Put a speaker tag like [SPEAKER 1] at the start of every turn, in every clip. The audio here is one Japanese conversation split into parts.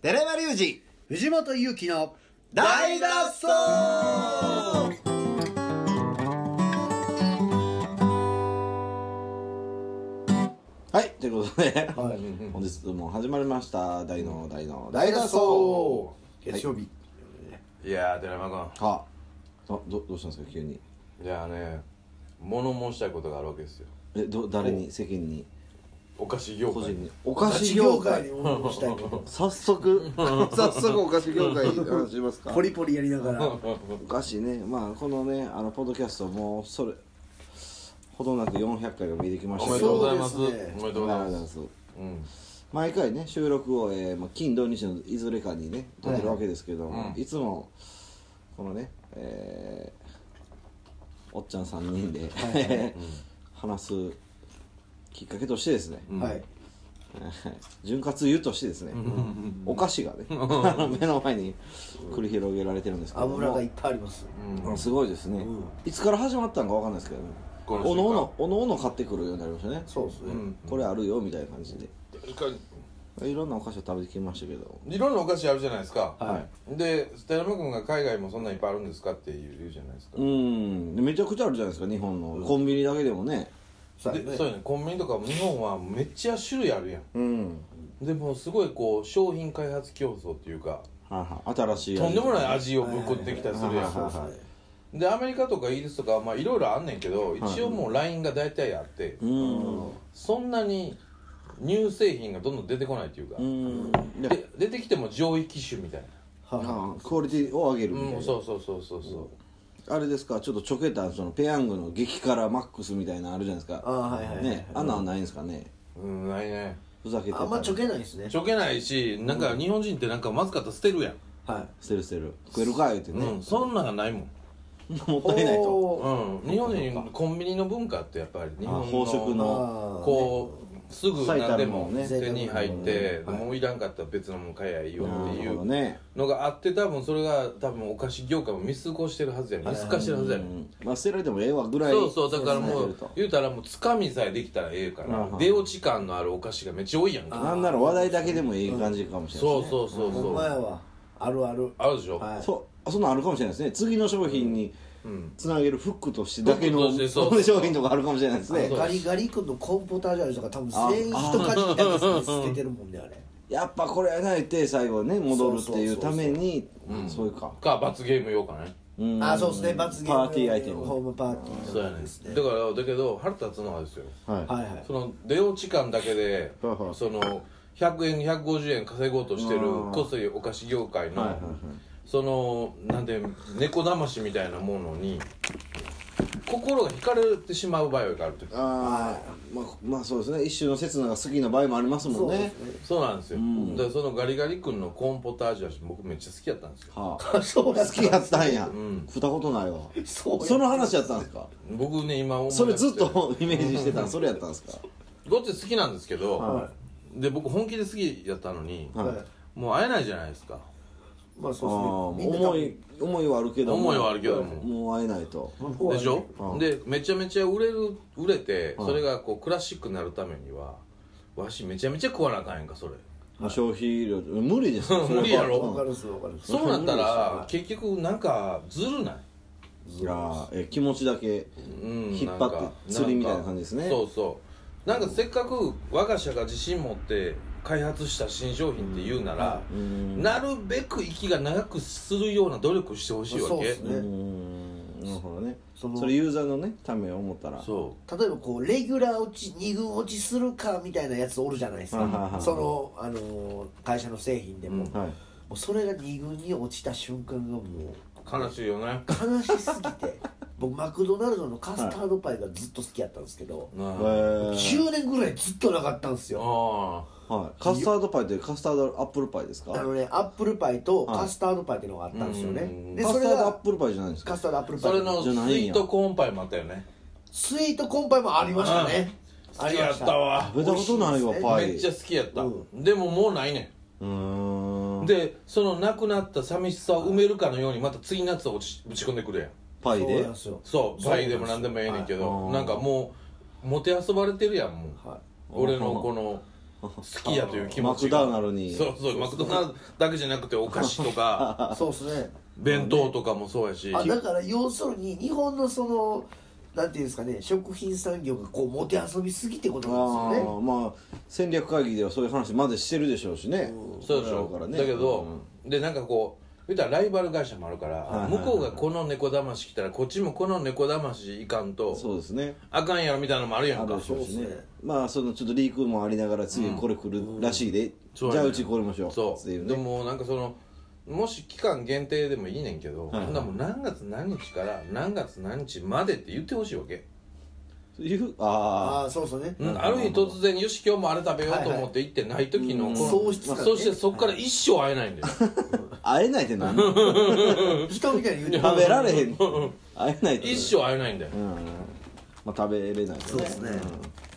[SPEAKER 1] 寺山隆
[SPEAKER 2] 二藤本勇樹の
[SPEAKER 1] 二大脱走
[SPEAKER 3] はい、ということで、
[SPEAKER 2] はい
[SPEAKER 3] 本日も始まりました、大の大の
[SPEAKER 2] 大脱走
[SPEAKER 3] 月
[SPEAKER 2] 月
[SPEAKER 3] 曜
[SPEAKER 2] 曜日
[SPEAKER 1] いやー寺山
[SPEAKER 3] はあ、どどうしたんですか、急に。
[SPEAKER 1] 君いやーね物申したいことがあるわけですよ
[SPEAKER 3] え、ど誰に、世間に、
[SPEAKER 1] お菓子業
[SPEAKER 3] 個
[SPEAKER 1] 界
[SPEAKER 3] 人に。お菓子
[SPEAKER 2] 事
[SPEAKER 3] 業
[SPEAKER 2] 業界に
[SPEAKER 3] 界。
[SPEAKER 2] 応募したいこと
[SPEAKER 3] 早速、早速お菓子業界に話しますか。
[SPEAKER 2] ポリポリやりながら
[SPEAKER 3] お菓子ね、まあ、このね、あの、ポッドキャストも、それ、ほどなく400回が見えてきまし
[SPEAKER 1] お
[SPEAKER 3] た
[SPEAKER 1] めで
[SPEAKER 3] け
[SPEAKER 1] と
[SPEAKER 3] ど
[SPEAKER 1] うございます
[SPEAKER 2] そうですね
[SPEAKER 1] おめでとうござい
[SPEAKER 3] ありがとうござい
[SPEAKER 1] ま
[SPEAKER 3] ますす。
[SPEAKER 1] うん
[SPEAKER 3] 毎回ね収録を、えーまあ、金土日のいずれかにね撮ってるわけですけども、
[SPEAKER 1] うん
[SPEAKER 3] いつもこのね、えーおっちゃん3人で 話すきっかけとしてですね、
[SPEAKER 1] うん
[SPEAKER 2] はい
[SPEAKER 3] 潤滑油としてですね、 お菓子がねあの 目の前に繰り広げられてるんですけども
[SPEAKER 2] 油がいっぱいあります
[SPEAKER 3] うんすごいですね、
[SPEAKER 2] うん
[SPEAKER 3] いつから始まったのかわかんないですけどね
[SPEAKER 1] この
[SPEAKER 3] お
[SPEAKER 1] 瞬間
[SPEAKER 3] のおのおのおの買ってくるようになりましたね
[SPEAKER 2] そうですね
[SPEAKER 1] うん
[SPEAKER 3] これあるよみたいな感じで
[SPEAKER 1] い
[SPEAKER 3] いろんなお菓子を食べてきましたけど
[SPEAKER 1] ろんなお菓子あるじゃないですか
[SPEAKER 2] は
[SPEAKER 1] で寺山君が海外もそんなんいっぱいあるんですかって言うじゃないですか
[SPEAKER 3] うんめちゃくちゃあるじゃないですか日本のコンビニだけでもね
[SPEAKER 2] そうや
[SPEAKER 1] で
[SPEAKER 2] ね
[SPEAKER 1] そうやねコンビニとかも日本はめっちゃ種類あるやん
[SPEAKER 3] うん
[SPEAKER 1] でもすごいこう商品開発競争っていうか
[SPEAKER 3] はいはい新しい
[SPEAKER 1] とんでもない
[SPEAKER 3] い
[SPEAKER 1] 味をぶっこってきたりするや
[SPEAKER 3] はいはいはい
[SPEAKER 1] ん
[SPEAKER 3] は
[SPEAKER 1] でアメリカとかイギリスとかまあいろいろあんねんけど一応もう LINE が大体あって
[SPEAKER 3] うん
[SPEAKER 1] そんなに乳製品がどんどん出てこないっていうか
[SPEAKER 3] うんで
[SPEAKER 1] で出てきても上位機種みたいな
[SPEAKER 2] は
[SPEAKER 3] あクオリティを上げるみたい
[SPEAKER 1] うん
[SPEAKER 3] な
[SPEAKER 1] そうそうそうそうそ
[SPEAKER 3] あれですかちょっとちょけたそのペヤングの激辛マックスみたいなのあるじゃないですか
[SPEAKER 2] あはいはいはい
[SPEAKER 3] ねあんなんはないんですかね
[SPEAKER 1] ううんないね
[SPEAKER 3] ふざけて
[SPEAKER 2] あんまちょけないですね
[SPEAKER 1] ちょけないしなんか日本人ってなんかまずかったら捨てるやん
[SPEAKER 2] は
[SPEAKER 3] 捨てる捨てる食えるか言うて
[SPEAKER 1] う
[SPEAKER 3] ね、
[SPEAKER 1] んそんなんがないもん
[SPEAKER 3] もったいないと
[SPEAKER 2] おー
[SPEAKER 1] うん日本人コンビニの文化ってやっぱり日本の
[SPEAKER 3] あ宝飾
[SPEAKER 2] あ
[SPEAKER 3] の
[SPEAKER 2] ー
[SPEAKER 1] こうすぐ何でも
[SPEAKER 3] 最たるものね
[SPEAKER 1] 手に入って
[SPEAKER 2] 贅沢なものねはい
[SPEAKER 1] もういらんかったら別のもん買えばいいよ
[SPEAKER 3] な
[SPEAKER 1] ってい
[SPEAKER 3] るほど
[SPEAKER 1] う
[SPEAKER 3] ね
[SPEAKER 1] のがあって多分それが多分お菓子業界も見過ごしてるはずやね見透かしてるはずや
[SPEAKER 3] う
[SPEAKER 1] ね
[SPEAKER 3] んまあ捨てられてもええわぐらい
[SPEAKER 1] そうそうだからも
[SPEAKER 3] 捨てる
[SPEAKER 1] う
[SPEAKER 3] と
[SPEAKER 1] 言うたらもうつかみさえできたらええか
[SPEAKER 3] うん
[SPEAKER 1] ら
[SPEAKER 3] うん
[SPEAKER 1] 出落ち感のあるお菓子がめっちゃ多いやんか
[SPEAKER 3] なんなら話題だけでもいい感じかもしれないですね
[SPEAKER 1] そうそうそう
[SPEAKER 2] ほ
[SPEAKER 1] そ
[SPEAKER 2] んまや
[SPEAKER 1] う
[SPEAKER 2] わあるある
[SPEAKER 1] あるでしょ
[SPEAKER 2] はい
[SPEAKER 3] そうあそんなんあるかもしれないですね次の商品につなげるフックとしてだけ
[SPEAKER 1] フッ
[SPEAKER 3] の
[SPEAKER 1] クとしてそう
[SPEAKER 3] そういう商品とかあるかもしれないですね
[SPEAKER 1] そう
[SPEAKER 2] ガリガリ君のコーンポタージュある人が多分全員一かじったやつに捨ててるもんねあれ
[SPEAKER 3] やっぱこれやないって最後ね戻るっていうために
[SPEAKER 1] ん
[SPEAKER 3] そういうか
[SPEAKER 1] か罰ゲーム用かね
[SPEAKER 3] うん
[SPEAKER 2] あそうですね罰ゲーム
[SPEAKER 3] パーティーアイテム
[SPEAKER 2] ホームパーティー
[SPEAKER 1] そうやね
[SPEAKER 2] ですね
[SPEAKER 1] だからだけど腹立つのはですよ
[SPEAKER 3] は
[SPEAKER 2] はいはい
[SPEAKER 1] その出落ち感だけで
[SPEAKER 3] は
[SPEAKER 1] そ
[SPEAKER 3] いはい
[SPEAKER 1] の100円150円稼ごうとしてる
[SPEAKER 3] うん
[SPEAKER 1] こそいお菓子業界
[SPEAKER 3] いはいはい
[SPEAKER 1] のそのなんて猫だましみたいなものに心が惹かれてしまう場合があるという
[SPEAKER 3] あーまあまあそうですね一種の刹那が好きな場合もありますもんね
[SPEAKER 2] そうですね
[SPEAKER 1] そうなんですよだからそのガリガリ君のコーンポタージュは僕めっちゃ好きやったんですよ
[SPEAKER 3] はあ
[SPEAKER 2] あそうや
[SPEAKER 3] 好きやったんや
[SPEAKER 1] ん
[SPEAKER 3] ふたことないわ
[SPEAKER 2] そうや
[SPEAKER 3] その話やったんですか
[SPEAKER 1] 僕ね今思い出し
[SPEAKER 3] そ
[SPEAKER 1] て
[SPEAKER 3] れずっとイメージしてたんそれやったんですか
[SPEAKER 1] ゴッチ好きなんですけど
[SPEAKER 3] は
[SPEAKER 1] で僕本気で好きやったのに
[SPEAKER 3] はい
[SPEAKER 2] はい
[SPEAKER 1] もう会えないじゃないですか
[SPEAKER 2] まあ
[SPEAKER 3] ああ
[SPEAKER 2] そうですねみんな多
[SPEAKER 3] 思
[SPEAKER 2] 分
[SPEAKER 3] い思いはあるけども
[SPEAKER 1] 思いはあるけども
[SPEAKER 3] もう会えないと
[SPEAKER 1] でしょ
[SPEAKER 3] うん
[SPEAKER 1] でめちゃめちゃ売れる売れて
[SPEAKER 3] うん
[SPEAKER 1] それがこうクラシックになるためにはわしめちゃめちゃ食わなあかんやんかそれ
[SPEAKER 3] まあ消費量無理です よそれは
[SPEAKER 1] 無理や
[SPEAKER 2] わか
[SPEAKER 1] ろ
[SPEAKER 2] るっすわかるっす
[SPEAKER 1] そうなったら
[SPEAKER 2] わか
[SPEAKER 1] 結局なんかずるない
[SPEAKER 3] いやーえ気持ちだけ
[SPEAKER 1] うん
[SPEAKER 3] 引っ張って
[SPEAKER 1] なんか
[SPEAKER 3] 釣りみたいな感じですね
[SPEAKER 1] なんかそうそうなんかせっかく我が社が自信持って開発した新商品って言うなら、
[SPEAKER 3] うん
[SPEAKER 1] なるべく息が長くするような努力してほしいわけ
[SPEAKER 2] そうっす
[SPEAKER 3] う
[SPEAKER 2] ね
[SPEAKER 3] んなるほどね
[SPEAKER 2] そ
[SPEAKER 3] そ
[SPEAKER 2] の
[SPEAKER 3] れユーザーのねためを思ったら
[SPEAKER 1] そ
[SPEAKER 2] 例えばこうレギュラー落ち二軍落ちするかみたいなやつおるじゃないです
[SPEAKER 3] はいはいは
[SPEAKER 2] か
[SPEAKER 3] い
[SPEAKER 2] そのあのー会社の製品でも
[SPEAKER 1] うん
[SPEAKER 2] も
[SPEAKER 3] はいう
[SPEAKER 2] それが二軍に落ちた瞬間がもう
[SPEAKER 1] う悲しいよ ね
[SPEAKER 2] 悲しすぎて僕マクドナルドのカスタードパイがずっと好きやったんですけど、
[SPEAKER 1] なあ、
[SPEAKER 3] えー
[SPEAKER 2] 10年ぐらいずっとなかったんですよ
[SPEAKER 1] あ
[SPEAKER 3] はいカスタードパイってカスタードアップルパイですか
[SPEAKER 2] あ
[SPEAKER 3] カ
[SPEAKER 2] のねアップルパイと
[SPEAKER 3] はい
[SPEAKER 2] カスタードパイっていうのがあったんですよね、
[SPEAKER 1] うん
[SPEAKER 2] で
[SPEAKER 3] スタ
[SPEAKER 2] そ
[SPEAKER 3] ー
[SPEAKER 2] れ
[SPEAKER 3] ドアッ
[SPEAKER 2] が
[SPEAKER 3] プルパイじゃないんです
[SPEAKER 2] カ
[SPEAKER 3] か
[SPEAKER 2] スタードアップル
[SPEAKER 1] ー
[SPEAKER 2] パイ
[SPEAKER 1] それのス
[SPEAKER 3] じ
[SPEAKER 1] イ
[SPEAKER 3] ゃないんや
[SPEAKER 1] ートコーンパイもあったよね
[SPEAKER 2] スイートコンパイもありましたね、
[SPEAKER 1] 好
[SPEAKER 2] あ
[SPEAKER 1] き
[SPEAKER 2] り
[SPEAKER 1] や
[SPEAKER 2] ま
[SPEAKER 1] っ
[SPEAKER 2] したた
[SPEAKER 1] わ
[SPEAKER 3] 食べたことないわパイ
[SPEAKER 1] めっちゃ好きやった、
[SPEAKER 2] う
[SPEAKER 1] でももうないね
[SPEAKER 3] うー
[SPEAKER 1] ん
[SPEAKER 3] ん
[SPEAKER 1] でそのなくなった寂しさを埋めるかのようにまた次のやつを落ちぶち込んでくるやん
[SPEAKER 3] パイ
[SPEAKER 2] そう
[SPEAKER 3] で
[SPEAKER 2] なんですよ
[SPEAKER 1] そう
[SPEAKER 2] そう
[SPEAKER 1] パ
[SPEAKER 2] なん
[SPEAKER 1] イ
[SPEAKER 2] です
[SPEAKER 1] で
[SPEAKER 2] よ
[SPEAKER 1] も何でもええねんけど、
[SPEAKER 3] はい
[SPEAKER 1] なんかもうもてあそばれてるやんもう、
[SPEAKER 2] はい
[SPEAKER 1] 俺のこの好きやという気持
[SPEAKER 3] マ
[SPEAKER 1] ち
[SPEAKER 3] ク
[SPEAKER 1] が
[SPEAKER 3] ダーナルに
[SPEAKER 1] そうそうマクドナルドだけじゃなくてお菓子 とか
[SPEAKER 2] そうですね
[SPEAKER 1] 弁当とかもそうやし
[SPEAKER 2] あだから要するに日本のそのなんていうんですかね食品産業がこうもて遊びすぎってことなんですよね
[SPEAKER 3] ああまあ戦略会議ではそういう話までしてるでしょうしね
[SPEAKER 1] そうでしょ
[SPEAKER 3] だからね
[SPEAKER 1] だけど、
[SPEAKER 3] うん
[SPEAKER 1] でなんかこう言ったらライバル会社もあるから、
[SPEAKER 3] いはいはい
[SPEAKER 1] 向こうがこの猫だまし来たらこっちもこの猫だましいかんと
[SPEAKER 3] そうですね
[SPEAKER 1] あかんやろみたいなのもあるや
[SPEAKER 3] あ
[SPEAKER 1] ん
[SPEAKER 3] る
[SPEAKER 1] か
[SPEAKER 3] でしょうしね
[SPEAKER 2] そうですね
[SPEAKER 3] まあそのちょっとリークもありながら次これ来るらしいで、じ
[SPEAKER 1] そうや
[SPEAKER 3] ゃ
[SPEAKER 1] ね
[SPEAKER 3] あうちこれもしよう
[SPEAKER 1] そう
[SPEAKER 3] っていう
[SPEAKER 1] で
[SPEAKER 3] ね
[SPEAKER 1] もなんかそのもし期間限定でもいいねんけど、
[SPEAKER 3] はいはい
[SPEAKER 1] ほんならもう何月何日から何月何日までって言ってほしいわけ、
[SPEAKER 3] いう
[SPEAKER 2] あ
[SPEAKER 3] あ
[SPEAKER 2] あそうそうね、
[SPEAKER 1] うんある日突然よし今日もあれ食べようと思って行ってない時の
[SPEAKER 3] はいはい
[SPEAKER 1] この
[SPEAKER 2] 喪失感ね
[SPEAKER 1] そしてそこから一生会えないんだよ
[SPEAKER 3] あ会えないって何食
[SPEAKER 2] 人みたいに言うて
[SPEAKER 3] べられへん会えないって
[SPEAKER 1] 一生会えないんだよ
[SPEAKER 3] うんまあ食べれないと
[SPEAKER 2] そうですね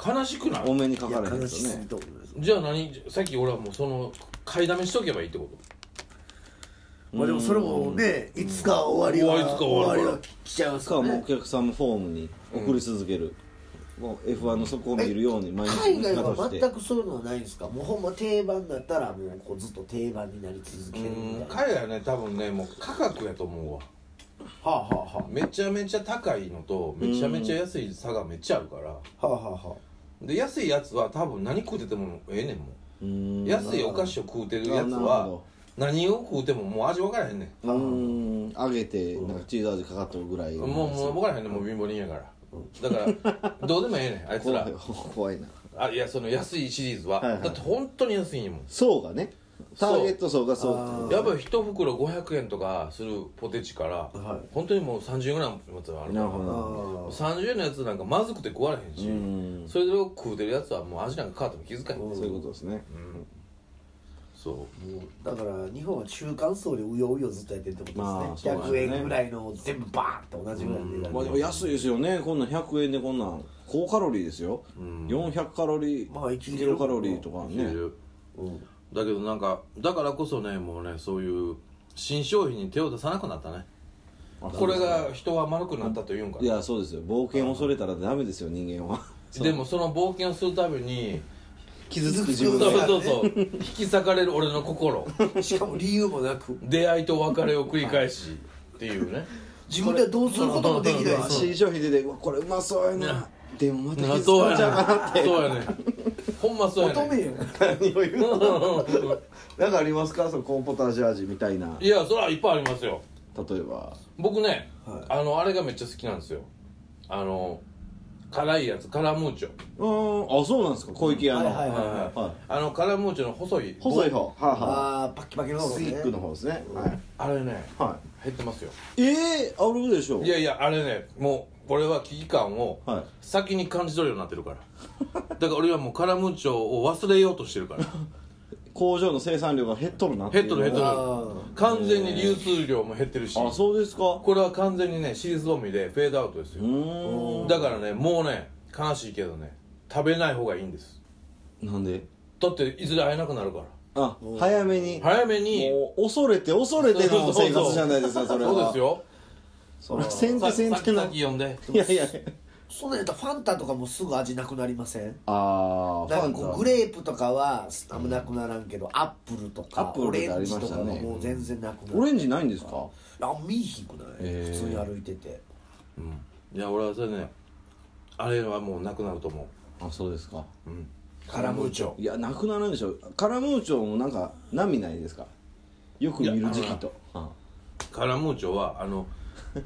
[SPEAKER 1] 悲しくない
[SPEAKER 3] 多めにか
[SPEAKER 2] い
[SPEAKER 3] か
[SPEAKER 2] や
[SPEAKER 3] れへん
[SPEAKER 2] 悲
[SPEAKER 3] と
[SPEAKER 2] しすぎ
[SPEAKER 3] ね
[SPEAKER 2] と思います
[SPEAKER 1] じゃあ何さっき俺はもうその買いだめしとけばいいってこと
[SPEAKER 2] まあでもそれもねいつか終わり
[SPEAKER 1] うんいつ
[SPEAKER 2] は
[SPEAKER 1] か終わる
[SPEAKER 2] 終
[SPEAKER 1] から
[SPEAKER 2] は来ちゃいます
[SPEAKER 3] し
[SPEAKER 2] か
[SPEAKER 3] からもうお
[SPEAKER 2] ね
[SPEAKER 3] 客さんもフォームに送り続ける、もう F1 の底を見るように毎日
[SPEAKER 2] 海外
[SPEAKER 3] 見方
[SPEAKER 2] は
[SPEAKER 3] して
[SPEAKER 2] 全くそういうのはないんですかもうほんま定番だったらもうこうずっと定番になり続けるみたいなは
[SPEAKER 1] 彼らね多分ねもう価格やと思うわ
[SPEAKER 2] あはあは
[SPEAKER 1] めちゃめちゃ高いのとめちゃめちゃ安い差がめっちゃあるから
[SPEAKER 2] あはあはあは
[SPEAKER 1] で安いやつは多分何食うててもええねんも
[SPEAKER 3] う
[SPEAKER 1] うん安いお菓子を食うてる
[SPEAKER 3] あな
[SPEAKER 1] やつ
[SPEAKER 3] るほ
[SPEAKER 1] は何を食うてももう味分からへんね
[SPEAKER 3] どうん揚げてなんかチーズ味かかっとるぐらい
[SPEAKER 1] んもうもう分からへんねんもう貧乏人やからだからどうでもええねんあいつ
[SPEAKER 3] 怖
[SPEAKER 1] ら
[SPEAKER 3] い怖いな
[SPEAKER 1] あいやその安いシリーズは
[SPEAKER 3] はいはい
[SPEAKER 1] だって本当に安いんやもん
[SPEAKER 3] 層がねターゲット層がそうってこと
[SPEAKER 1] やっぱり一袋500円とかするポテチから、
[SPEAKER 2] はい
[SPEAKER 1] 本当にもう30円ぐらいのやつがある
[SPEAKER 3] なるほ
[SPEAKER 2] あ
[SPEAKER 3] ど
[SPEAKER 2] は
[SPEAKER 1] 30円のやつなんかまずくて食われへんし、
[SPEAKER 3] うん
[SPEAKER 1] それを食うてるやつはもう味なんか変わっても気づかへん、
[SPEAKER 3] そういうことですね
[SPEAKER 1] そ
[SPEAKER 2] あもうだから日本は中間層でうようよずっとやってるってこと
[SPEAKER 3] まあ
[SPEAKER 2] で
[SPEAKER 3] そ
[SPEAKER 2] す
[SPEAKER 3] う
[SPEAKER 2] ね,、
[SPEAKER 3] だね
[SPEAKER 2] 100円ぐらいのを全部バーンと同じぐらいの値段
[SPEAKER 3] まあ
[SPEAKER 2] で
[SPEAKER 3] でも安いですよねこんなん100円でこんなん高カロリーですよ400カロリー
[SPEAKER 2] まあ生き
[SPEAKER 3] キ
[SPEAKER 2] れる
[SPEAKER 3] ロカロリーとか
[SPEAKER 1] う、
[SPEAKER 3] ね
[SPEAKER 2] うん
[SPEAKER 1] だけどなんかだからこそねもうねそういう新商品に手を出さなくなったね
[SPEAKER 3] あ
[SPEAKER 1] これが人は丸くなったというんか
[SPEAKER 3] いやそうですよ冒険を恐れたらダメですよ人間は
[SPEAKER 1] でもその冒険をするたびに
[SPEAKER 3] 傷つく自
[SPEAKER 1] そ
[SPEAKER 3] 分
[SPEAKER 1] う
[SPEAKER 3] が
[SPEAKER 1] そうそう引き裂かれる俺の心
[SPEAKER 2] しかも理由もなく
[SPEAKER 1] 出会いと別れを繰り返しっていうね
[SPEAKER 2] 自分ではどうすることもできない
[SPEAKER 1] そう
[SPEAKER 2] し
[SPEAKER 3] 新商品出てうわこれうまそうやなでもまた
[SPEAKER 1] な
[SPEAKER 3] 傷つ
[SPEAKER 1] そう
[SPEAKER 3] く
[SPEAKER 1] や
[SPEAKER 3] んじゃうかな
[SPEAKER 1] ねんそうやねんほんまそうや
[SPEAKER 2] 求
[SPEAKER 1] ね
[SPEAKER 2] め
[SPEAKER 1] ん
[SPEAKER 2] よ
[SPEAKER 3] 何を言うの
[SPEAKER 1] うんうん
[SPEAKER 3] なんかありますかそのコーンポタージュ味みたいな
[SPEAKER 1] うんいやそれはいっぱいありますよ
[SPEAKER 3] 例えば
[SPEAKER 1] 僕ね、
[SPEAKER 2] はい
[SPEAKER 1] あのあれがめっちゃ好きなんですよあの辛いやつカラムーチョ
[SPEAKER 3] うんあそうなんですか小池屋の
[SPEAKER 2] はいはいはいはい
[SPEAKER 3] はい
[SPEAKER 1] あのカラムーチョの細い
[SPEAKER 3] 細い方はあは
[SPEAKER 2] ああパキパキの
[SPEAKER 3] あ
[SPEAKER 2] 方
[SPEAKER 3] ス
[SPEAKER 2] が
[SPEAKER 3] イ
[SPEAKER 2] ね
[SPEAKER 3] ックの方ですねはい
[SPEAKER 1] あれね
[SPEAKER 3] は
[SPEAKER 1] 減ってますよ
[SPEAKER 3] いええあるでしょう
[SPEAKER 1] いやいやあれねもうこれは危機感を
[SPEAKER 3] はい
[SPEAKER 1] 先に感じ取るようになってるからだから 俺はもうカラムーチョを忘れようとしてる から
[SPEAKER 3] 工場の生産量が減っとるなって
[SPEAKER 1] 減っとる減っと
[SPEAKER 2] あ
[SPEAKER 1] る
[SPEAKER 2] ー
[SPEAKER 1] 完全に流通量も減ってるし
[SPEAKER 3] あそうですか
[SPEAKER 1] これは完全にねシリーズゾンビでフェードアウトです
[SPEAKER 3] う
[SPEAKER 1] よ
[SPEAKER 3] ーん
[SPEAKER 1] だからねもうね悲しいけどね食べない方がいいんです
[SPEAKER 3] なんで
[SPEAKER 1] だっていずれ会えなくなるから
[SPEAKER 3] あ早めにも
[SPEAKER 1] 早めに
[SPEAKER 3] う恐れて恐れての生活じゃないですかそれは
[SPEAKER 1] そうですよ
[SPEAKER 3] それは先手
[SPEAKER 1] さっき
[SPEAKER 3] 先手の
[SPEAKER 1] 読んで
[SPEAKER 3] いやいや
[SPEAKER 2] そんなんやったらファンタとかもすぐ味なくなりません
[SPEAKER 3] ああ
[SPEAKER 2] なんかこうグレープとかはあんまなくならんけど、アップルと
[SPEAKER 3] ア
[SPEAKER 2] か
[SPEAKER 3] ップ
[SPEAKER 2] オ
[SPEAKER 3] ルっ
[SPEAKER 2] レ
[SPEAKER 3] てあ
[SPEAKER 2] ン
[SPEAKER 3] り
[SPEAKER 2] ジ
[SPEAKER 3] ま
[SPEAKER 2] と
[SPEAKER 3] し
[SPEAKER 2] か
[SPEAKER 3] たね
[SPEAKER 2] はもう全然なくなる
[SPEAKER 3] オレンジないんですか
[SPEAKER 2] あ見いひんくない、
[SPEAKER 3] へー
[SPEAKER 2] 普通に歩いてて
[SPEAKER 1] いや俺はそれねあれはもうなくなると思
[SPEAKER 3] あそうですか
[SPEAKER 1] ううん
[SPEAKER 2] カラムーチョ
[SPEAKER 3] いやなくならんでしょカラムーチョもなんか波ないですかよく見る時期とあ
[SPEAKER 1] カラムーチョはあの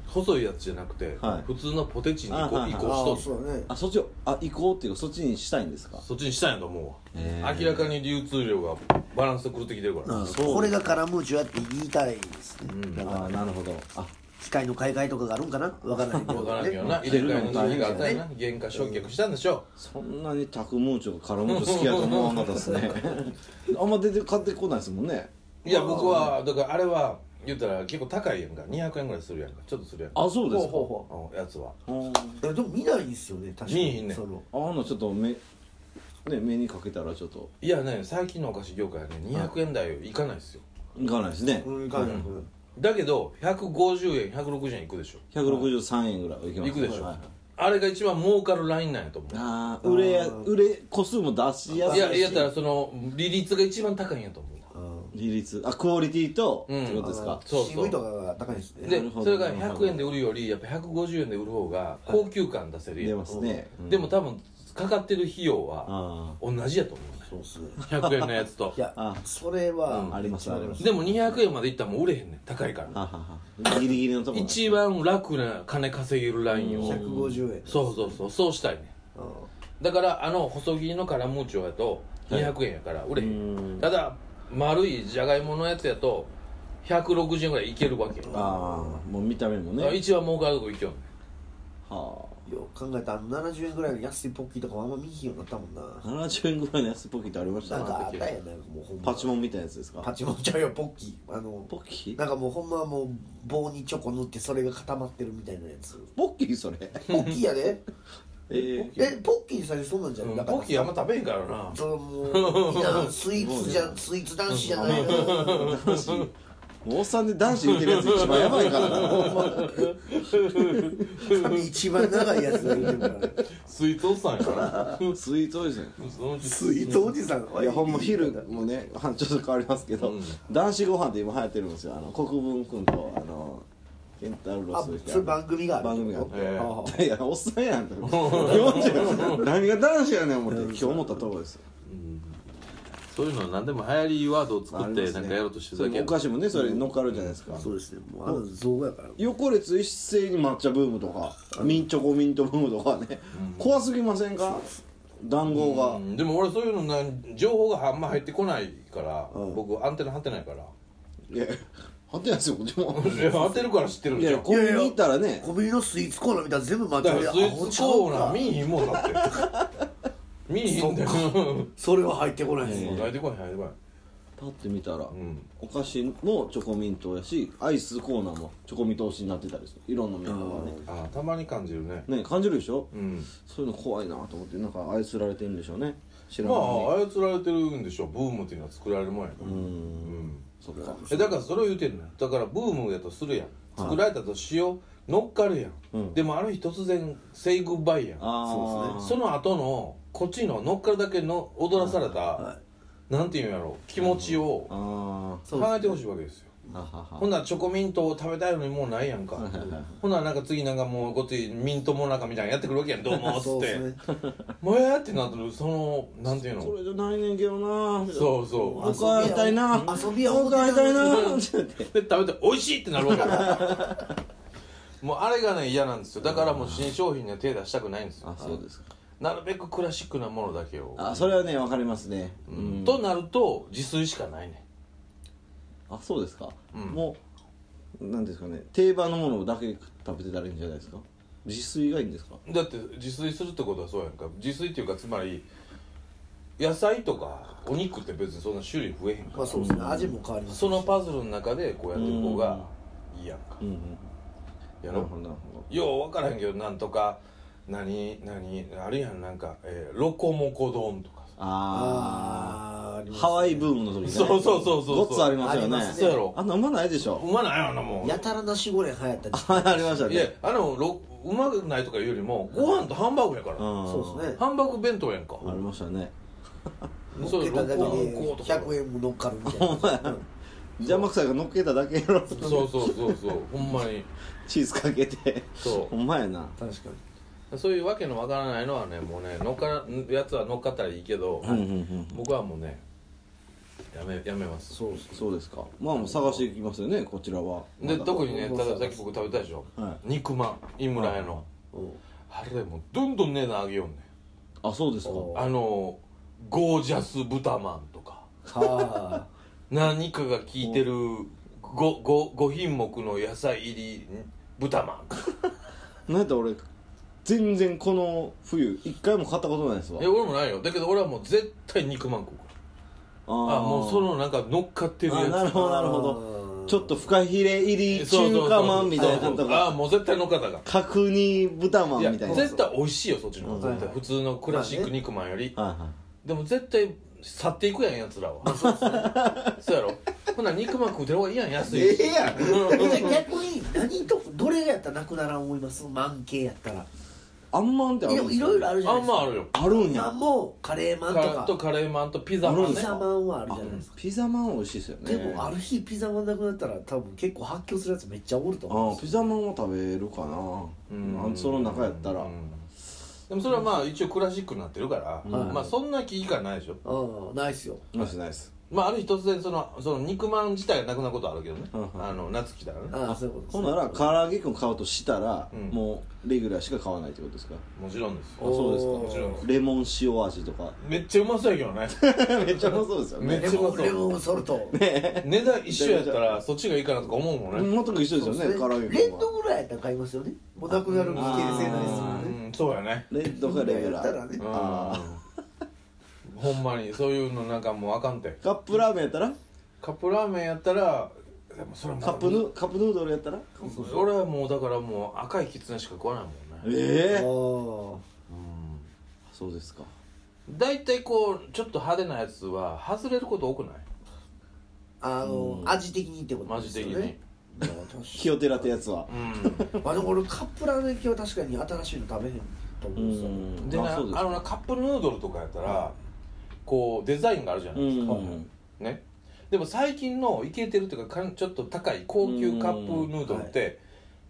[SPEAKER 1] 細いやつじゃなくて、
[SPEAKER 3] はい
[SPEAKER 1] 普通のポテチに移
[SPEAKER 3] あ
[SPEAKER 1] 行
[SPEAKER 3] はい
[SPEAKER 1] 移
[SPEAKER 3] はい
[SPEAKER 2] あ
[SPEAKER 1] 行
[SPEAKER 2] あ
[SPEAKER 1] しとる
[SPEAKER 2] そうだね
[SPEAKER 3] あそっちをあ移行っていうかそっちにしたいんですか
[SPEAKER 1] そっちにしたんやと思うわ、
[SPEAKER 3] へー
[SPEAKER 1] 明らかに流通量がバランス狂ってきてるから、
[SPEAKER 3] そう
[SPEAKER 2] これがカラムーチョやって言いたいですね、だから
[SPEAKER 3] あなるほどあ
[SPEAKER 2] 機械の買い替えとかがあるんかなわからないけ
[SPEAKER 1] 分からんけど
[SPEAKER 2] ね
[SPEAKER 1] な入れ替えの時期があったんやな
[SPEAKER 2] ね
[SPEAKER 1] 原価償却したんでしょ
[SPEAKER 3] そんなにタクムーチョとカラムーチョ好きやと思わなかった ですねあんま出て買ってこないですもんね
[SPEAKER 1] う、いや僕はだからあれは言ったら結構高いやんか200円ぐらいするやんかちょっとするやんか
[SPEAKER 3] あそうですか
[SPEAKER 2] ほうほ
[SPEAKER 1] うんやつは
[SPEAKER 3] うん
[SPEAKER 2] いやでも見ないんですよね確か
[SPEAKER 1] 見えへん
[SPEAKER 2] に
[SPEAKER 1] ねん
[SPEAKER 2] その
[SPEAKER 3] ああのちょっと目ね目にかけたらちょっと
[SPEAKER 1] いやね最近のお菓子業界はね200円台いかないですよ
[SPEAKER 3] いかないですね
[SPEAKER 2] うん感覚
[SPEAKER 1] だけど150円160円いくでしょ
[SPEAKER 3] 163円ぐらいはいけます
[SPEAKER 1] いくでしょ
[SPEAKER 3] はいはい
[SPEAKER 1] あれが一番儲かるラインなんやと思う
[SPEAKER 3] ああ売れや
[SPEAKER 2] うん
[SPEAKER 3] 売れ個数も出しやす
[SPEAKER 1] い
[SPEAKER 3] い
[SPEAKER 1] や
[SPEAKER 3] し
[SPEAKER 1] やったらその利率が一番高いんやと思う
[SPEAKER 2] うん
[SPEAKER 3] 利率あクオリティと、
[SPEAKER 1] うん
[SPEAKER 3] ってことですか
[SPEAKER 1] そうそう
[SPEAKER 2] 渋いとかが高いですね
[SPEAKER 1] で
[SPEAKER 3] なるほど
[SPEAKER 1] それが
[SPEAKER 3] なるほ
[SPEAKER 1] 100
[SPEAKER 3] ど
[SPEAKER 1] 円で売るよりやっぱ150円で売る方が高級感出せる
[SPEAKER 3] 出
[SPEAKER 1] やん
[SPEAKER 3] ますね、
[SPEAKER 1] でも多分かかってる費用は
[SPEAKER 3] あ
[SPEAKER 1] 同じやと思
[SPEAKER 2] そうっす
[SPEAKER 1] う100円のや つと
[SPEAKER 2] いや
[SPEAKER 3] あ
[SPEAKER 2] それは、
[SPEAKER 1] うん
[SPEAKER 3] ありますあります
[SPEAKER 1] でも200円までいったらもう売れへんねん高いか
[SPEAKER 3] あ
[SPEAKER 1] ら
[SPEAKER 3] はははギリギリのところ
[SPEAKER 1] 一番楽な金稼げるラインを
[SPEAKER 2] 150円
[SPEAKER 1] そうそうそうそうしたいねんだからあの細切りのカラムーチョやと200円やから売れへん、ただ丸いじゃがいものやつやと160円ぐらいいけるわけよだか
[SPEAKER 3] ああもう見た目も
[SPEAKER 1] ら
[SPEAKER 3] ね
[SPEAKER 1] 一番儲かるとこいけよんねん
[SPEAKER 3] は
[SPEAKER 2] うんよく考えたら70円ぐらいの安いポッキーとかもあんま見ひんようになったもんな
[SPEAKER 3] あ70円ぐらいの安いポッキーってありまし
[SPEAKER 2] な
[SPEAKER 3] た
[SPEAKER 2] んかあったやんなんかもうほんま
[SPEAKER 3] パチモンみたいなやつですか
[SPEAKER 2] パチモンちゃうよポッキーあの
[SPEAKER 3] ポッキー
[SPEAKER 2] なんかもうほんまもう棒にチョコ塗ってそれが固まってるみたいなやつ
[SPEAKER 3] ポッキーそれ
[SPEAKER 2] ポッキーやで
[SPEAKER 3] えー、
[SPEAKER 2] えポッキー最初そうなんじゃない
[SPEAKER 1] うんポッキーあんま食べへんからな
[SPEAKER 2] そのもういやスイーツじ ゃスイーツ男子じゃないの
[SPEAKER 3] 男子もうおっさんで男子言ってるやつ一番やばいから なほんま
[SPEAKER 2] 髪一番長いやつがいてるから
[SPEAKER 1] スイーツおっさん やから
[SPEAKER 3] スイートおじさん
[SPEAKER 1] そのうち
[SPEAKER 2] スイーツおじさん
[SPEAKER 3] いやほんま昼もねはちょっと変わりますけど、
[SPEAKER 1] うん
[SPEAKER 3] 男子ご飯って今流行ってるんですよあの国分君とあのケンタウロ
[SPEAKER 2] あ
[SPEAKER 3] スと
[SPEAKER 2] それ番組がある
[SPEAKER 3] 番組があって
[SPEAKER 1] えー
[SPEAKER 2] あ
[SPEAKER 3] いやおっさん やんと40何が男子やねん思って今日思ったとこですよ
[SPEAKER 1] そういうの何でも流行りワードを
[SPEAKER 3] あ
[SPEAKER 1] 作っ
[SPEAKER 3] りま
[SPEAKER 1] て
[SPEAKER 3] す
[SPEAKER 1] な
[SPEAKER 3] ね
[SPEAKER 1] んかやろうとしてる
[SPEAKER 3] そ
[SPEAKER 1] だ
[SPEAKER 3] れ
[SPEAKER 1] け
[SPEAKER 3] もお菓子もねそれに乗っかるじゃないですか、
[SPEAKER 2] そうですねもうあの造語やから
[SPEAKER 3] 横列一斉に抹茶ブームとかミンチョコミントブームとかね、怖すぎませんか談合が、
[SPEAKER 1] うんでも俺そういうのな情報があんま入ってこないから、
[SPEAKER 2] うん
[SPEAKER 1] 僕アンテナ張ってないから
[SPEAKER 3] いやはてないですよこっちも
[SPEAKER 1] いや張ってるから知ってる
[SPEAKER 3] い
[SPEAKER 1] じゃ
[SPEAKER 3] や
[SPEAKER 1] ん
[SPEAKER 3] コンビニ行ったらね
[SPEAKER 2] コンビニのスイーツコーナーみたいな全部間違
[SPEAKER 1] だか
[SPEAKER 2] え
[SPEAKER 1] ら
[SPEAKER 2] あ
[SPEAKER 1] スイーツコーナー
[SPEAKER 2] ちゃうか
[SPEAKER 1] 見いひんもんだって見いひんだよ
[SPEAKER 2] それは入ってこないです
[SPEAKER 1] うん
[SPEAKER 2] ね
[SPEAKER 1] 入ってこい入ってこ
[SPEAKER 3] パッて見たら、
[SPEAKER 1] いうん
[SPEAKER 3] お菓子もチョコミントやしアイスコーナーもチョコミント推しになってたりするいろんなメーカーがね
[SPEAKER 1] あーたまに感じるね
[SPEAKER 3] ね感じるでしょ、
[SPEAKER 1] うん
[SPEAKER 3] そういうの怖いなと思ってなんか操られてるんでしょうね知ら
[SPEAKER 1] ま
[SPEAKER 3] ない、
[SPEAKER 1] あ操られてるんでしょブームっていうのは作られるもんやから
[SPEAKER 3] うー
[SPEAKER 1] うんん
[SPEAKER 3] そっか
[SPEAKER 1] えだからそれを言うてんのよだからブームやとするやん作られたとしよう乗っかるやん、
[SPEAKER 3] うん
[SPEAKER 1] でもある日突然「セイグッバイ」やん
[SPEAKER 3] ああ
[SPEAKER 1] その後のこっちの乗っかるだけの踊らされた、
[SPEAKER 2] は
[SPEAKER 1] なんていうんやろ気持ちを
[SPEAKER 3] あ
[SPEAKER 2] そ
[SPEAKER 1] 考
[SPEAKER 2] うです
[SPEAKER 1] えてほしいわけですよ
[SPEAKER 3] ーはは
[SPEAKER 1] ほんならチョコミントを食べたいのにもうないやんか
[SPEAKER 3] はいはいはい
[SPEAKER 1] ほんならなんか次なんかもうごっついミントもなかみたいなのやってくるわけやんどうもっつ
[SPEAKER 2] そう
[SPEAKER 1] っ
[SPEAKER 2] で
[SPEAKER 1] て
[SPEAKER 2] すね
[SPEAKER 1] もやってなってるそのなんていう
[SPEAKER 3] こ
[SPEAKER 1] の
[SPEAKER 3] れじゃないねんけどなう
[SPEAKER 1] そうそ
[SPEAKER 3] 僕は会いたいな
[SPEAKER 2] 遊びは
[SPEAKER 3] 僕は会いたいな
[SPEAKER 2] う
[SPEAKER 3] って言って
[SPEAKER 1] うで食べて美味しいってなるわけよ もうあれがね嫌なんですよだからもう新商品には手出したくないんですよ
[SPEAKER 3] あそうですか
[SPEAKER 1] なるべくクラシックなものだけを
[SPEAKER 3] あそれはねわかりますねうん
[SPEAKER 1] となると自炊しかないね
[SPEAKER 3] あそうですか、
[SPEAKER 1] うん
[SPEAKER 3] もうなんですかね定番のものだけ食べてたらいいんじゃないですか自炊がいいんですか
[SPEAKER 1] だって自炊するってことはそうやんか自炊っていうかつまり野菜とかお肉って別にそんな種類増えへんから、
[SPEAKER 2] まあそうですね味も変わります
[SPEAKER 1] そのパズルの中でこうやってる方がいいやんか
[SPEAKER 3] うんうん
[SPEAKER 1] や
[SPEAKER 3] なる
[SPEAKER 1] ろ
[SPEAKER 3] ほどなるほ
[SPEAKER 1] よう分からへんけどなんとか何何あるやんなんか、えーロコモコ丼とか
[SPEAKER 3] どあ
[SPEAKER 2] あーあり
[SPEAKER 3] あ
[SPEAKER 2] ます
[SPEAKER 3] ハワイブームの時ね
[SPEAKER 1] そうそうそうそう
[SPEAKER 3] ごっつありますよね
[SPEAKER 2] あります
[SPEAKER 1] そうやろ
[SPEAKER 3] あんなうまないでしょ
[SPEAKER 1] うまないよなもん
[SPEAKER 2] やたらなしごれ流行った時期
[SPEAKER 3] はいありました
[SPEAKER 1] いや
[SPEAKER 3] ね
[SPEAKER 1] あのロうまくないとかいうよりもご飯とハンバーグやから、
[SPEAKER 3] ん
[SPEAKER 2] そうですね
[SPEAKER 1] ハンバーグ弁当やんか、
[SPEAKER 3] ありましたね
[SPEAKER 1] そ
[SPEAKER 2] 乗っ
[SPEAKER 1] う
[SPEAKER 2] け
[SPEAKER 1] ロコ
[SPEAKER 2] ただけで
[SPEAKER 1] モコとか
[SPEAKER 2] 100円も乗っかるみたいな
[SPEAKER 3] 邪魔くさいが乗っけただけやろ
[SPEAKER 1] そうそうそうそう ほんまに
[SPEAKER 3] チーズかけて
[SPEAKER 1] そう
[SPEAKER 3] ほんまやな
[SPEAKER 2] 確か
[SPEAKER 1] そういうわけのわからないのはねもうね乗っかやつは乗っかったらいいけど、
[SPEAKER 3] うんうんうん
[SPEAKER 1] 僕はもうねやめやめます
[SPEAKER 2] そうです
[SPEAKER 3] そうですかまあもう探していきますよねこちらは
[SPEAKER 1] で
[SPEAKER 3] まだ
[SPEAKER 1] 特にね
[SPEAKER 2] 僕
[SPEAKER 1] た
[SPEAKER 2] も
[SPEAKER 1] ださっき僕食べたでしょ、
[SPEAKER 3] は
[SPEAKER 1] 肉まん井村屋の、
[SPEAKER 2] うん
[SPEAKER 1] あれもうどんどん値段上げようね
[SPEAKER 3] あそうですか
[SPEAKER 2] お
[SPEAKER 1] あのゴージャス豚まんとか
[SPEAKER 2] は
[SPEAKER 1] 何かが効いてる 5, 5, 5品目の野菜入り豚まんとか
[SPEAKER 3] なんやったら俺全然この冬一回も買ったことないですわ
[SPEAKER 1] え俺もないよだけど俺はもう絶対肉まん食うから
[SPEAKER 3] あー
[SPEAKER 1] あもうそのなんか乗っかってるや
[SPEAKER 3] あ
[SPEAKER 1] つ
[SPEAKER 3] なるほどなるほ
[SPEAKER 2] う
[SPEAKER 3] ど
[SPEAKER 2] ん
[SPEAKER 3] ちょっとフカヒレ入り中華まんみたいな
[SPEAKER 1] そうそ
[SPEAKER 3] と
[SPEAKER 1] うそうああ
[SPEAKER 3] か
[SPEAKER 1] もう絶対乗っかったから
[SPEAKER 3] 角煮豚ま
[SPEAKER 1] いや
[SPEAKER 3] んみたいな
[SPEAKER 1] 絶対美味しいよそっちの方が
[SPEAKER 2] うん
[SPEAKER 1] 絶対普通のクラシック肉まんより、
[SPEAKER 3] はいはい
[SPEAKER 1] でも絶対去っていくやんやつらは そうやろほんなら肉まん食うてる方がいいやん安い
[SPEAKER 3] え
[SPEAKER 1] し
[SPEAKER 3] えやん
[SPEAKER 2] あじゃあ逆に何とどれやったらなくならん思いますマン系やったら
[SPEAKER 3] あんまんってあ
[SPEAKER 2] い
[SPEAKER 3] るん
[SPEAKER 2] ろ
[SPEAKER 3] です
[SPEAKER 2] い
[SPEAKER 3] か
[SPEAKER 2] ろいろあるじゃな
[SPEAKER 1] あ
[SPEAKER 2] い
[SPEAKER 1] ん
[SPEAKER 2] ですか
[SPEAKER 1] まあるよ
[SPEAKER 3] あるん
[SPEAKER 2] 今
[SPEAKER 3] や
[SPEAKER 2] もカレーマンと
[SPEAKER 1] カ
[SPEAKER 2] か
[SPEAKER 1] とカレーマンとピザ
[SPEAKER 3] あ
[SPEAKER 1] マ
[SPEAKER 3] るん
[SPEAKER 1] ン
[SPEAKER 2] ピ
[SPEAKER 3] です
[SPEAKER 1] ね
[SPEAKER 2] ザマンはあるじゃないですか
[SPEAKER 3] ピザマン美味しいですよね
[SPEAKER 2] でもある日ピザマンなくなったら多分結構発狂するやつめっちゃおると思うん
[SPEAKER 3] あ
[SPEAKER 2] です
[SPEAKER 3] ピザマンも食べるかなうんその中やったら
[SPEAKER 1] うんでもそれはまあ一応クラシックになってるから、
[SPEAKER 2] ん
[SPEAKER 1] まあそんな気以下ないでしょ
[SPEAKER 2] よああないっすよ
[SPEAKER 3] ナイスナイス
[SPEAKER 1] まあある日突然そのその肉まん自体がなくなることはあるけどね、
[SPEAKER 3] うんうん
[SPEAKER 1] あの夏来たらね
[SPEAKER 2] ああそういうことです
[SPEAKER 3] ほんなら唐揚げくん買うとしたら
[SPEAKER 1] うん
[SPEAKER 3] もうレギュラーしか買わないってことですか
[SPEAKER 1] もちろんです
[SPEAKER 2] おー
[SPEAKER 3] そうですか
[SPEAKER 1] もちろんです
[SPEAKER 3] レモン塩味とか
[SPEAKER 1] めっちゃうまそうやけどね
[SPEAKER 3] めっちゃうまそうですよね
[SPEAKER 1] ね
[SPEAKER 2] レモンレモンソルト
[SPEAKER 1] 値段一緒やったらそっちがいいかなとか思うもんね、
[SPEAKER 3] 全く一緒ですよね唐揚げ
[SPEAKER 2] レ
[SPEAKER 3] くん
[SPEAKER 2] ッ
[SPEAKER 3] は
[SPEAKER 2] ドぐらいやったら買いますよねもうなくなる危険性ないですもんね
[SPEAKER 1] うんそうやね
[SPEAKER 3] レッドかレギュラ
[SPEAKER 2] やったらね
[SPEAKER 3] ー
[SPEAKER 1] うん
[SPEAKER 3] あ
[SPEAKER 1] ほんまにそういうのなんかもうあかんて
[SPEAKER 3] ーカップラーメンやったら
[SPEAKER 1] カップラーメンやったらでもそれはま
[SPEAKER 3] カ
[SPEAKER 1] だ
[SPEAKER 3] ップヌカップヌードルやったら
[SPEAKER 1] 俺はもうだからもう赤いキツネしか食わないもんね
[SPEAKER 3] え
[SPEAKER 2] あ
[SPEAKER 3] えそうですか
[SPEAKER 1] 大体こうちょっと派手なやつは外れること多くない
[SPEAKER 2] ああの味的にってこと
[SPEAKER 1] マ
[SPEAKER 2] で
[SPEAKER 1] ジ
[SPEAKER 2] す
[SPEAKER 1] 的
[SPEAKER 2] よ
[SPEAKER 1] に、
[SPEAKER 2] ね
[SPEAKER 3] 清寺ってやつは
[SPEAKER 1] う
[SPEAKER 2] まあでも俺カップラーメン系は確かに新しいの食べへんと思うんですよ
[SPEAKER 3] うん
[SPEAKER 1] んでな
[SPEAKER 3] あ
[SPEAKER 1] あ
[SPEAKER 3] そうですか
[SPEAKER 1] のなカップヌードルとかやったらこうデザインがあるじゃないですか、
[SPEAKER 3] うん
[SPEAKER 1] ねでも最近のイケてるっていうかかんちょっと高い高級カップヌードルって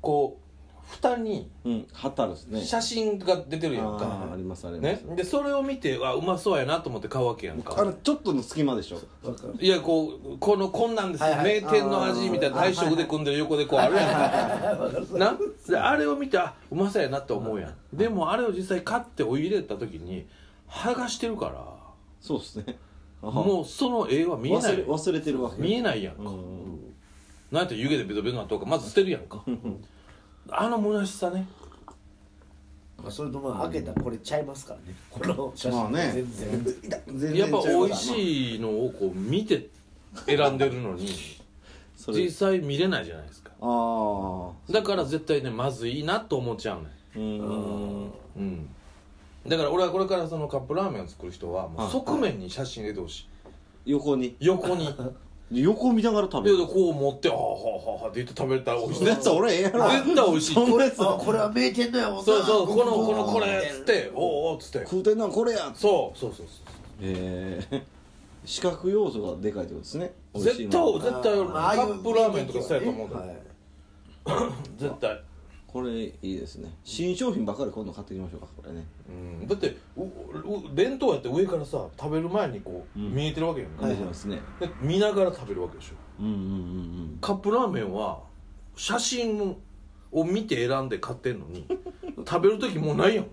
[SPEAKER 1] こう蓋に
[SPEAKER 3] うん貼ったんですね
[SPEAKER 1] 写真が出てるやん
[SPEAKER 3] あーあ
[SPEAKER 1] か、
[SPEAKER 3] りますありま
[SPEAKER 1] ね
[SPEAKER 3] す、
[SPEAKER 1] でそれを見てあうまそうやなと思って買うわけやんか
[SPEAKER 3] あのちょっとの隙間でしょ
[SPEAKER 2] わかる
[SPEAKER 1] いやこうこのこんなんですよ、
[SPEAKER 2] はいはい
[SPEAKER 1] 名店の味みたいな大将腕組んでる横でこうあるやんなであれを見てあうまそうやなって思うやんでもあれを実際買ってお湯入れた時に剥がしてるから
[SPEAKER 3] そうですねも
[SPEAKER 1] もうその絵は見えな
[SPEAKER 3] 忘れ
[SPEAKER 1] い
[SPEAKER 3] 忘れてるわけ
[SPEAKER 1] 見えないやんか、なんやったら湯気でベトベトなっとるからまず捨てるやんかあの虚しさね
[SPEAKER 2] まあそれとまあ開けたらこれちゃいますからねこの写
[SPEAKER 3] まあ
[SPEAKER 2] 真
[SPEAKER 3] ね
[SPEAKER 2] 全然痛い
[SPEAKER 3] 全然
[SPEAKER 1] やっぱ
[SPEAKER 3] ちゃうから
[SPEAKER 1] 美味しいのをこう見て選んでるのに
[SPEAKER 3] それ
[SPEAKER 1] 実際見れないじゃないですか
[SPEAKER 3] ああ
[SPEAKER 1] だから絶対ねまずいなと思っちゃうねん
[SPEAKER 3] うーん
[SPEAKER 1] うんだから俺はこれからそのカップラーメンを作る人はもう側面に写真入れてほしい
[SPEAKER 3] 横に
[SPEAKER 1] 横にで
[SPEAKER 3] 横見ながら食べる
[SPEAKER 1] こう持って「はあはあはあ」って言って食べたら美味し
[SPEAKER 3] そ
[SPEAKER 1] い
[SPEAKER 3] んなやつ俺ええやろ
[SPEAKER 1] 絶対美味しい
[SPEAKER 3] そんなやつ
[SPEAKER 2] あこれは名店だよな
[SPEAKER 1] そうそうこのこのこれっつって「おうお」っつって
[SPEAKER 3] 食うてんなこれや
[SPEAKER 1] そうそうそうそ
[SPEAKER 3] ええ 視覚要素がでかいってことですね
[SPEAKER 1] う
[SPEAKER 3] 美味しい
[SPEAKER 1] 絶
[SPEAKER 3] の
[SPEAKER 1] 対絶対
[SPEAKER 2] まあああ
[SPEAKER 1] 俺
[SPEAKER 2] いう
[SPEAKER 1] カップラーメンとかそうやと思うか
[SPEAKER 2] は
[SPEAKER 1] ら
[SPEAKER 2] い
[SPEAKER 1] 絶対
[SPEAKER 3] これいいですね新商品ばっかり今度買っていきましょうかこれね
[SPEAKER 1] うんだってうう弁当やって上からさ食べる前にこう見えてるわけやんか
[SPEAKER 3] 出てますね
[SPEAKER 1] で見ながら食べるわけでしょ
[SPEAKER 3] うんうんうん
[SPEAKER 1] カップラーメンは写真を見て選んで買ってんの に食べる時もうないやん
[SPEAKER 3] うん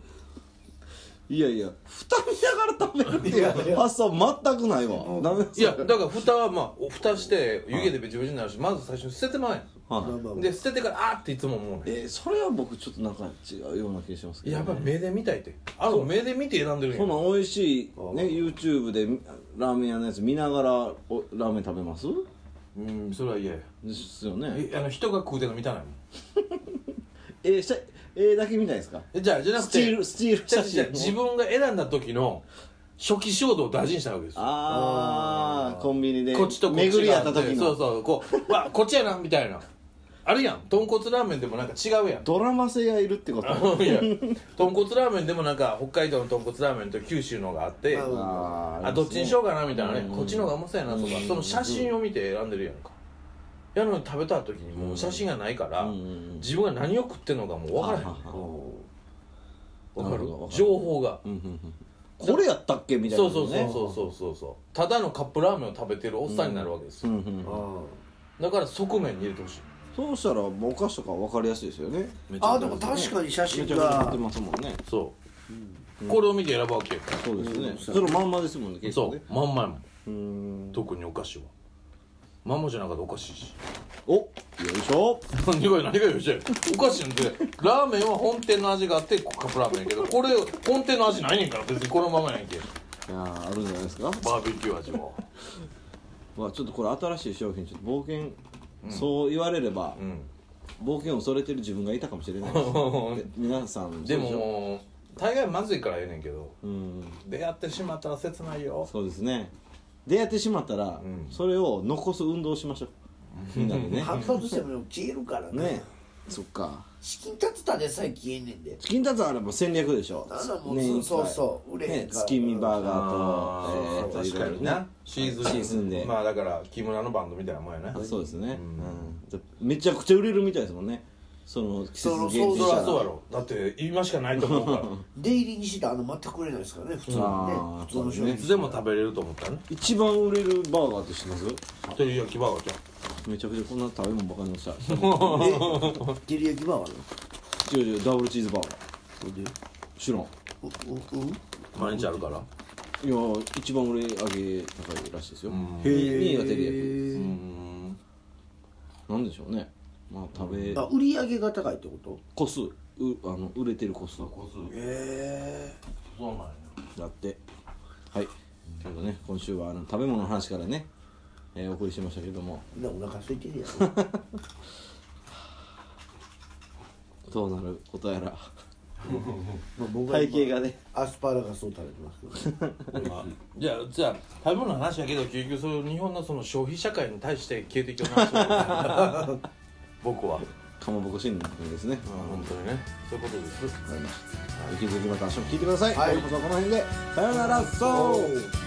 [SPEAKER 3] いやいや蓋見ながら食べるっていう発想全くないわダメです
[SPEAKER 1] いやだから蓋はまあお蓋して湯気でべちょべちょになるしまず最初に捨ててまうや
[SPEAKER 3] はい
[SPEAKER 2] まあまあ
[SPEAKER 1] んで捨ててからあーっていつも思うね
[SPEAKER 3] えーそれは僕ちょっとなんか違うような気がしますけど、
[SPEAKER 1] やっぱり目で見たいってあの目で見て選んでるや
[SPEAKER 3] そ
[SPEAKER 1] ん
[SPEAKER 3] の美味しいね YouTube でラーメン屋のやつ見ながらおラーメン食べます
[SPEAKER 1] うんそれは嫌や
[SPEAKER 3] ですよね
[SPEAKER 1] えあの人が食うてるの見たないもん
[SPEAKER 3] えー、しゃえー、だけ見たいですか
[SPEAKER 1] えじゃあじゃなく
[SPEAKER 3] ス
[SPEAKER 1] て
[SPEAKER 3] チールスチール
[SPEAKER 1] じゃ
[SPEAKER 3] 写
[SPEAKER 1] あじゃあ自
[SPEAKER 3] 真
[SPEAKER 1] 分が選んだ時の初期衝動を大事にしたわけですよ
[SPEAKER 3] ああコンビニで
[SPEAKER 1] こっちとこっちが
[SPEAKER 3] 巡り合った時の
[SPEAKER 1] そうそうこうわこっちやなみたいなあるやん豚骨ラーメンでもなんか違 うやん
[SPEAKER 3] ドラマ性がいるってこと
[SPEAKER 1] いや豚骨ラーメンでもなんか北海道の豚骨ラーメンと九州のがあって
[SPEAKER 2] ま
[SPEAKER 1] あ
[SPEAKER 3] あー
[SPEAKER 1] どっちにしようかなみたいなね
[SPEAKER 3] うん
[SPEAKER 1] こっちの方がうまそうやなとか
[SPEAKER 3] うん
[SPEAKER 1] その写真を見て選んでるやんかやのに食べた時にもう写真がないから
[SPEAKER 3] うん
[SPEAKER 1] 自分が何を食ってんのかもう分からへん
[SPEAKER 3] ははは
[SPEAKER 1] 分か
[SPEAKER 3] なる
[SPEAKER 1] る
[SPEAKER 3] ほど
[SPEAKER 1] 情報が
[SPEAKER 3] うんうんうんこれやったっけみたいな
[SPEAKER 1] そ
[SPEAKER 3] ね
[SPEAKER 1] うそうそうそうそうそうそうただのカップラーメンを食べてるおっさんになるわけです
[SPEAKER 3] う
[SPEAKER 1] よ
[SPEAKER 3] んうん
[SPEAKER 1] だから側面に入れてほしい
[SPEAKER 3] そうしたらもうお菓子とか分かりやすいですよね
[SPEAKER 1] めちゃ
[SPEAKER 2] あ
[SPEAKER 1] く
[SPEAKER 2] あ
[SPEAKER 1] ち
[SPEAKER 2] で
[SPEAKER 1] ゃ
[SPEAKER 2] も確かに写真
[SPEAKER 3] めちゃくちゃ売っ
[SPEAKER 2] が
[SPEAKER 3] てますもんね
[SPEAKER 1] そう、これを見て選ぶわけよ
[SPEAKER 3] そうですねそれまんまですもんね結構
[SPEAKER 1] そ
[SPEAKER 3] ね
[SPEAKER 1] うまんまやもん
[SPEAKER 3] うーん
[SPEAKER 1] 特にお菓子はまんまじゃなかったらおかしいし
[SPEAKER 3] およいしょ
[SPEAKER 1] 何が何がよしおかしいんでラーメンは本店の味があってカップラーメンやけどこれ本店の味ないねんから別にこのままやんけ
[SPEAKER 3] いやーあるんじゃないですか
[SPEAKER 1] バーベキュー味も
[SPEAKER 3] まあちょっとこれ新しい商品ちょっと冒険、そう言われれば、
[SPEAKER 1] うん
[SPEAKER 3] 冒険を恐れてる自分がいたかもしれないですで皆さん
[SPEAKER 1] で
[SPEAKER 3] そうしょ
[SPEAKER 1] も大概まずいからええねんけど
[SPEAKER 3] うん
[SPEAKER 1] 出会ってしまったら切ないよ
[SPEAKER 3] そうですね出会ってしまったら、
[SPEAKER 1] ん
[SPEAKER 3] それを残す運動をしましょうみんなでね
[SPEAKER 2] 反発しても消えるからね
[SPEAKER 3] ねそっか
[SPEAKER 2] 資金立てたでさえ消えんねんで
[SPEAKER 3] チキンタツはあれば戦略でしょ
[SPEAKER 2] なんだもう
[SPEAKER 3] 年一回
[SPEAKER 2] そうそう売れへん
[SPEAKER 3] ね
[SPEAKER 2] から
[SPEAKER 3] 月見バーガ
[SPEAKER 1] あ
[SPEAKER 3] ーと
[SPEAKER 1] ー
[SPEAKER 3] えーとい
[SPEAKER 1] 確か
[SPEAKER 3] ろいろ
[SPEAKER 1] に
[SPEAKER 3] ね
[SPEAKER 1] なシーズン
[SPEAKER 3] シーズンで
[SPEAKER 1] まあだから木村のバンドみたいなもんやね
[SPEAKER 3] あそうですね
[SPEAKER 1] うん
[SPEAKER 3] うんめちゃくちゃ売れるみたいですもんねその季節限
[SPEAKER 1] そ
[SPEAKER 3] 定
[SPEAKER 1] う
[SPEAKER 3] した
[SPEAKER 1] そ
[SPEAKER 3] ら
[SPEAKER 1] らそうやろだって今しかないと思うから
[SPEAKER 2] 出入りにしてたらあの全く売れないですからね普通の
[SPEAKER 3] あ
[SPEAKER 2] ね
[SPEAKER 3] ー
[SPEAKER 2] 普通の商
[SPEAKER 3] そう
[SPEAKER 2] 品
[SPEAKER 3] ね
[SPEAKER 1] いつでも食べれると思ったね
[SPEAKER 3] 一番売れるバーガーって知ってます
[SPEAKER 1] 照り焼きバーガーじゃん
[SPEAKER 3] めちゃくちゃこんな食べ物ばかりのした
[SPEAKER 2] で照り焼きバーガー
[SPEAKER 3] 違う違うダブルチーズバーガー
[SPEAKER 2] ので
[SPEAKER 3] 知らん
[SPEAKER 2] ううう
[SPEAKER 1] 毎日あるから
[SPEAKER 3] いやー一番売れ上げ高いらしいですよ
[SPEAKER 1] ん
[SPEAKER 3] 2位が照り焼き
[SPEAKER 1] う
[SPEAKER 2] 焼
[SPEAKER 1] ん
[SPEAKER 3] なんでしょうねまあ食べ
[SPEAKER 2] あ売り上げが高いってこと
[SPEAKER 3] 個数うあの売れてる個数
[SPEAKER 1] こす
[SPEAKER 2] へえ
[SPEAKER 1] そうなんや
[SPEAKER 3] だってはいちょっとね今週はあの食べ物の話からね、えーお送りしましたけども
[SPEAKER 2] みんなお腹空いて るやん
[SPEAKER 3] どうなることやら
[SPEAKER 2] まあ僕は
[SPEAKER 3] 体
[SPEAKER 2] 今
[SPEAKER 3] 型がね
[SPEAKER 2] アスパラガスを食べてますけど
[SPEAKER 1] じゃあじゃあ食べ物の話やけど結局その日本のその消費社会に対して警的な話を 僕は
[SPEAKER 3] かまぼこ新聞ですね、
[SPEAKER 1] 本当にねそういうことです
[SPEAKER 3] 引き続きまた明日も聞いてください、
[SPEAKER 2] はい
[SPEAKER 3] 今日こそこの辺でさよならそう
[SPEAKER 2] おう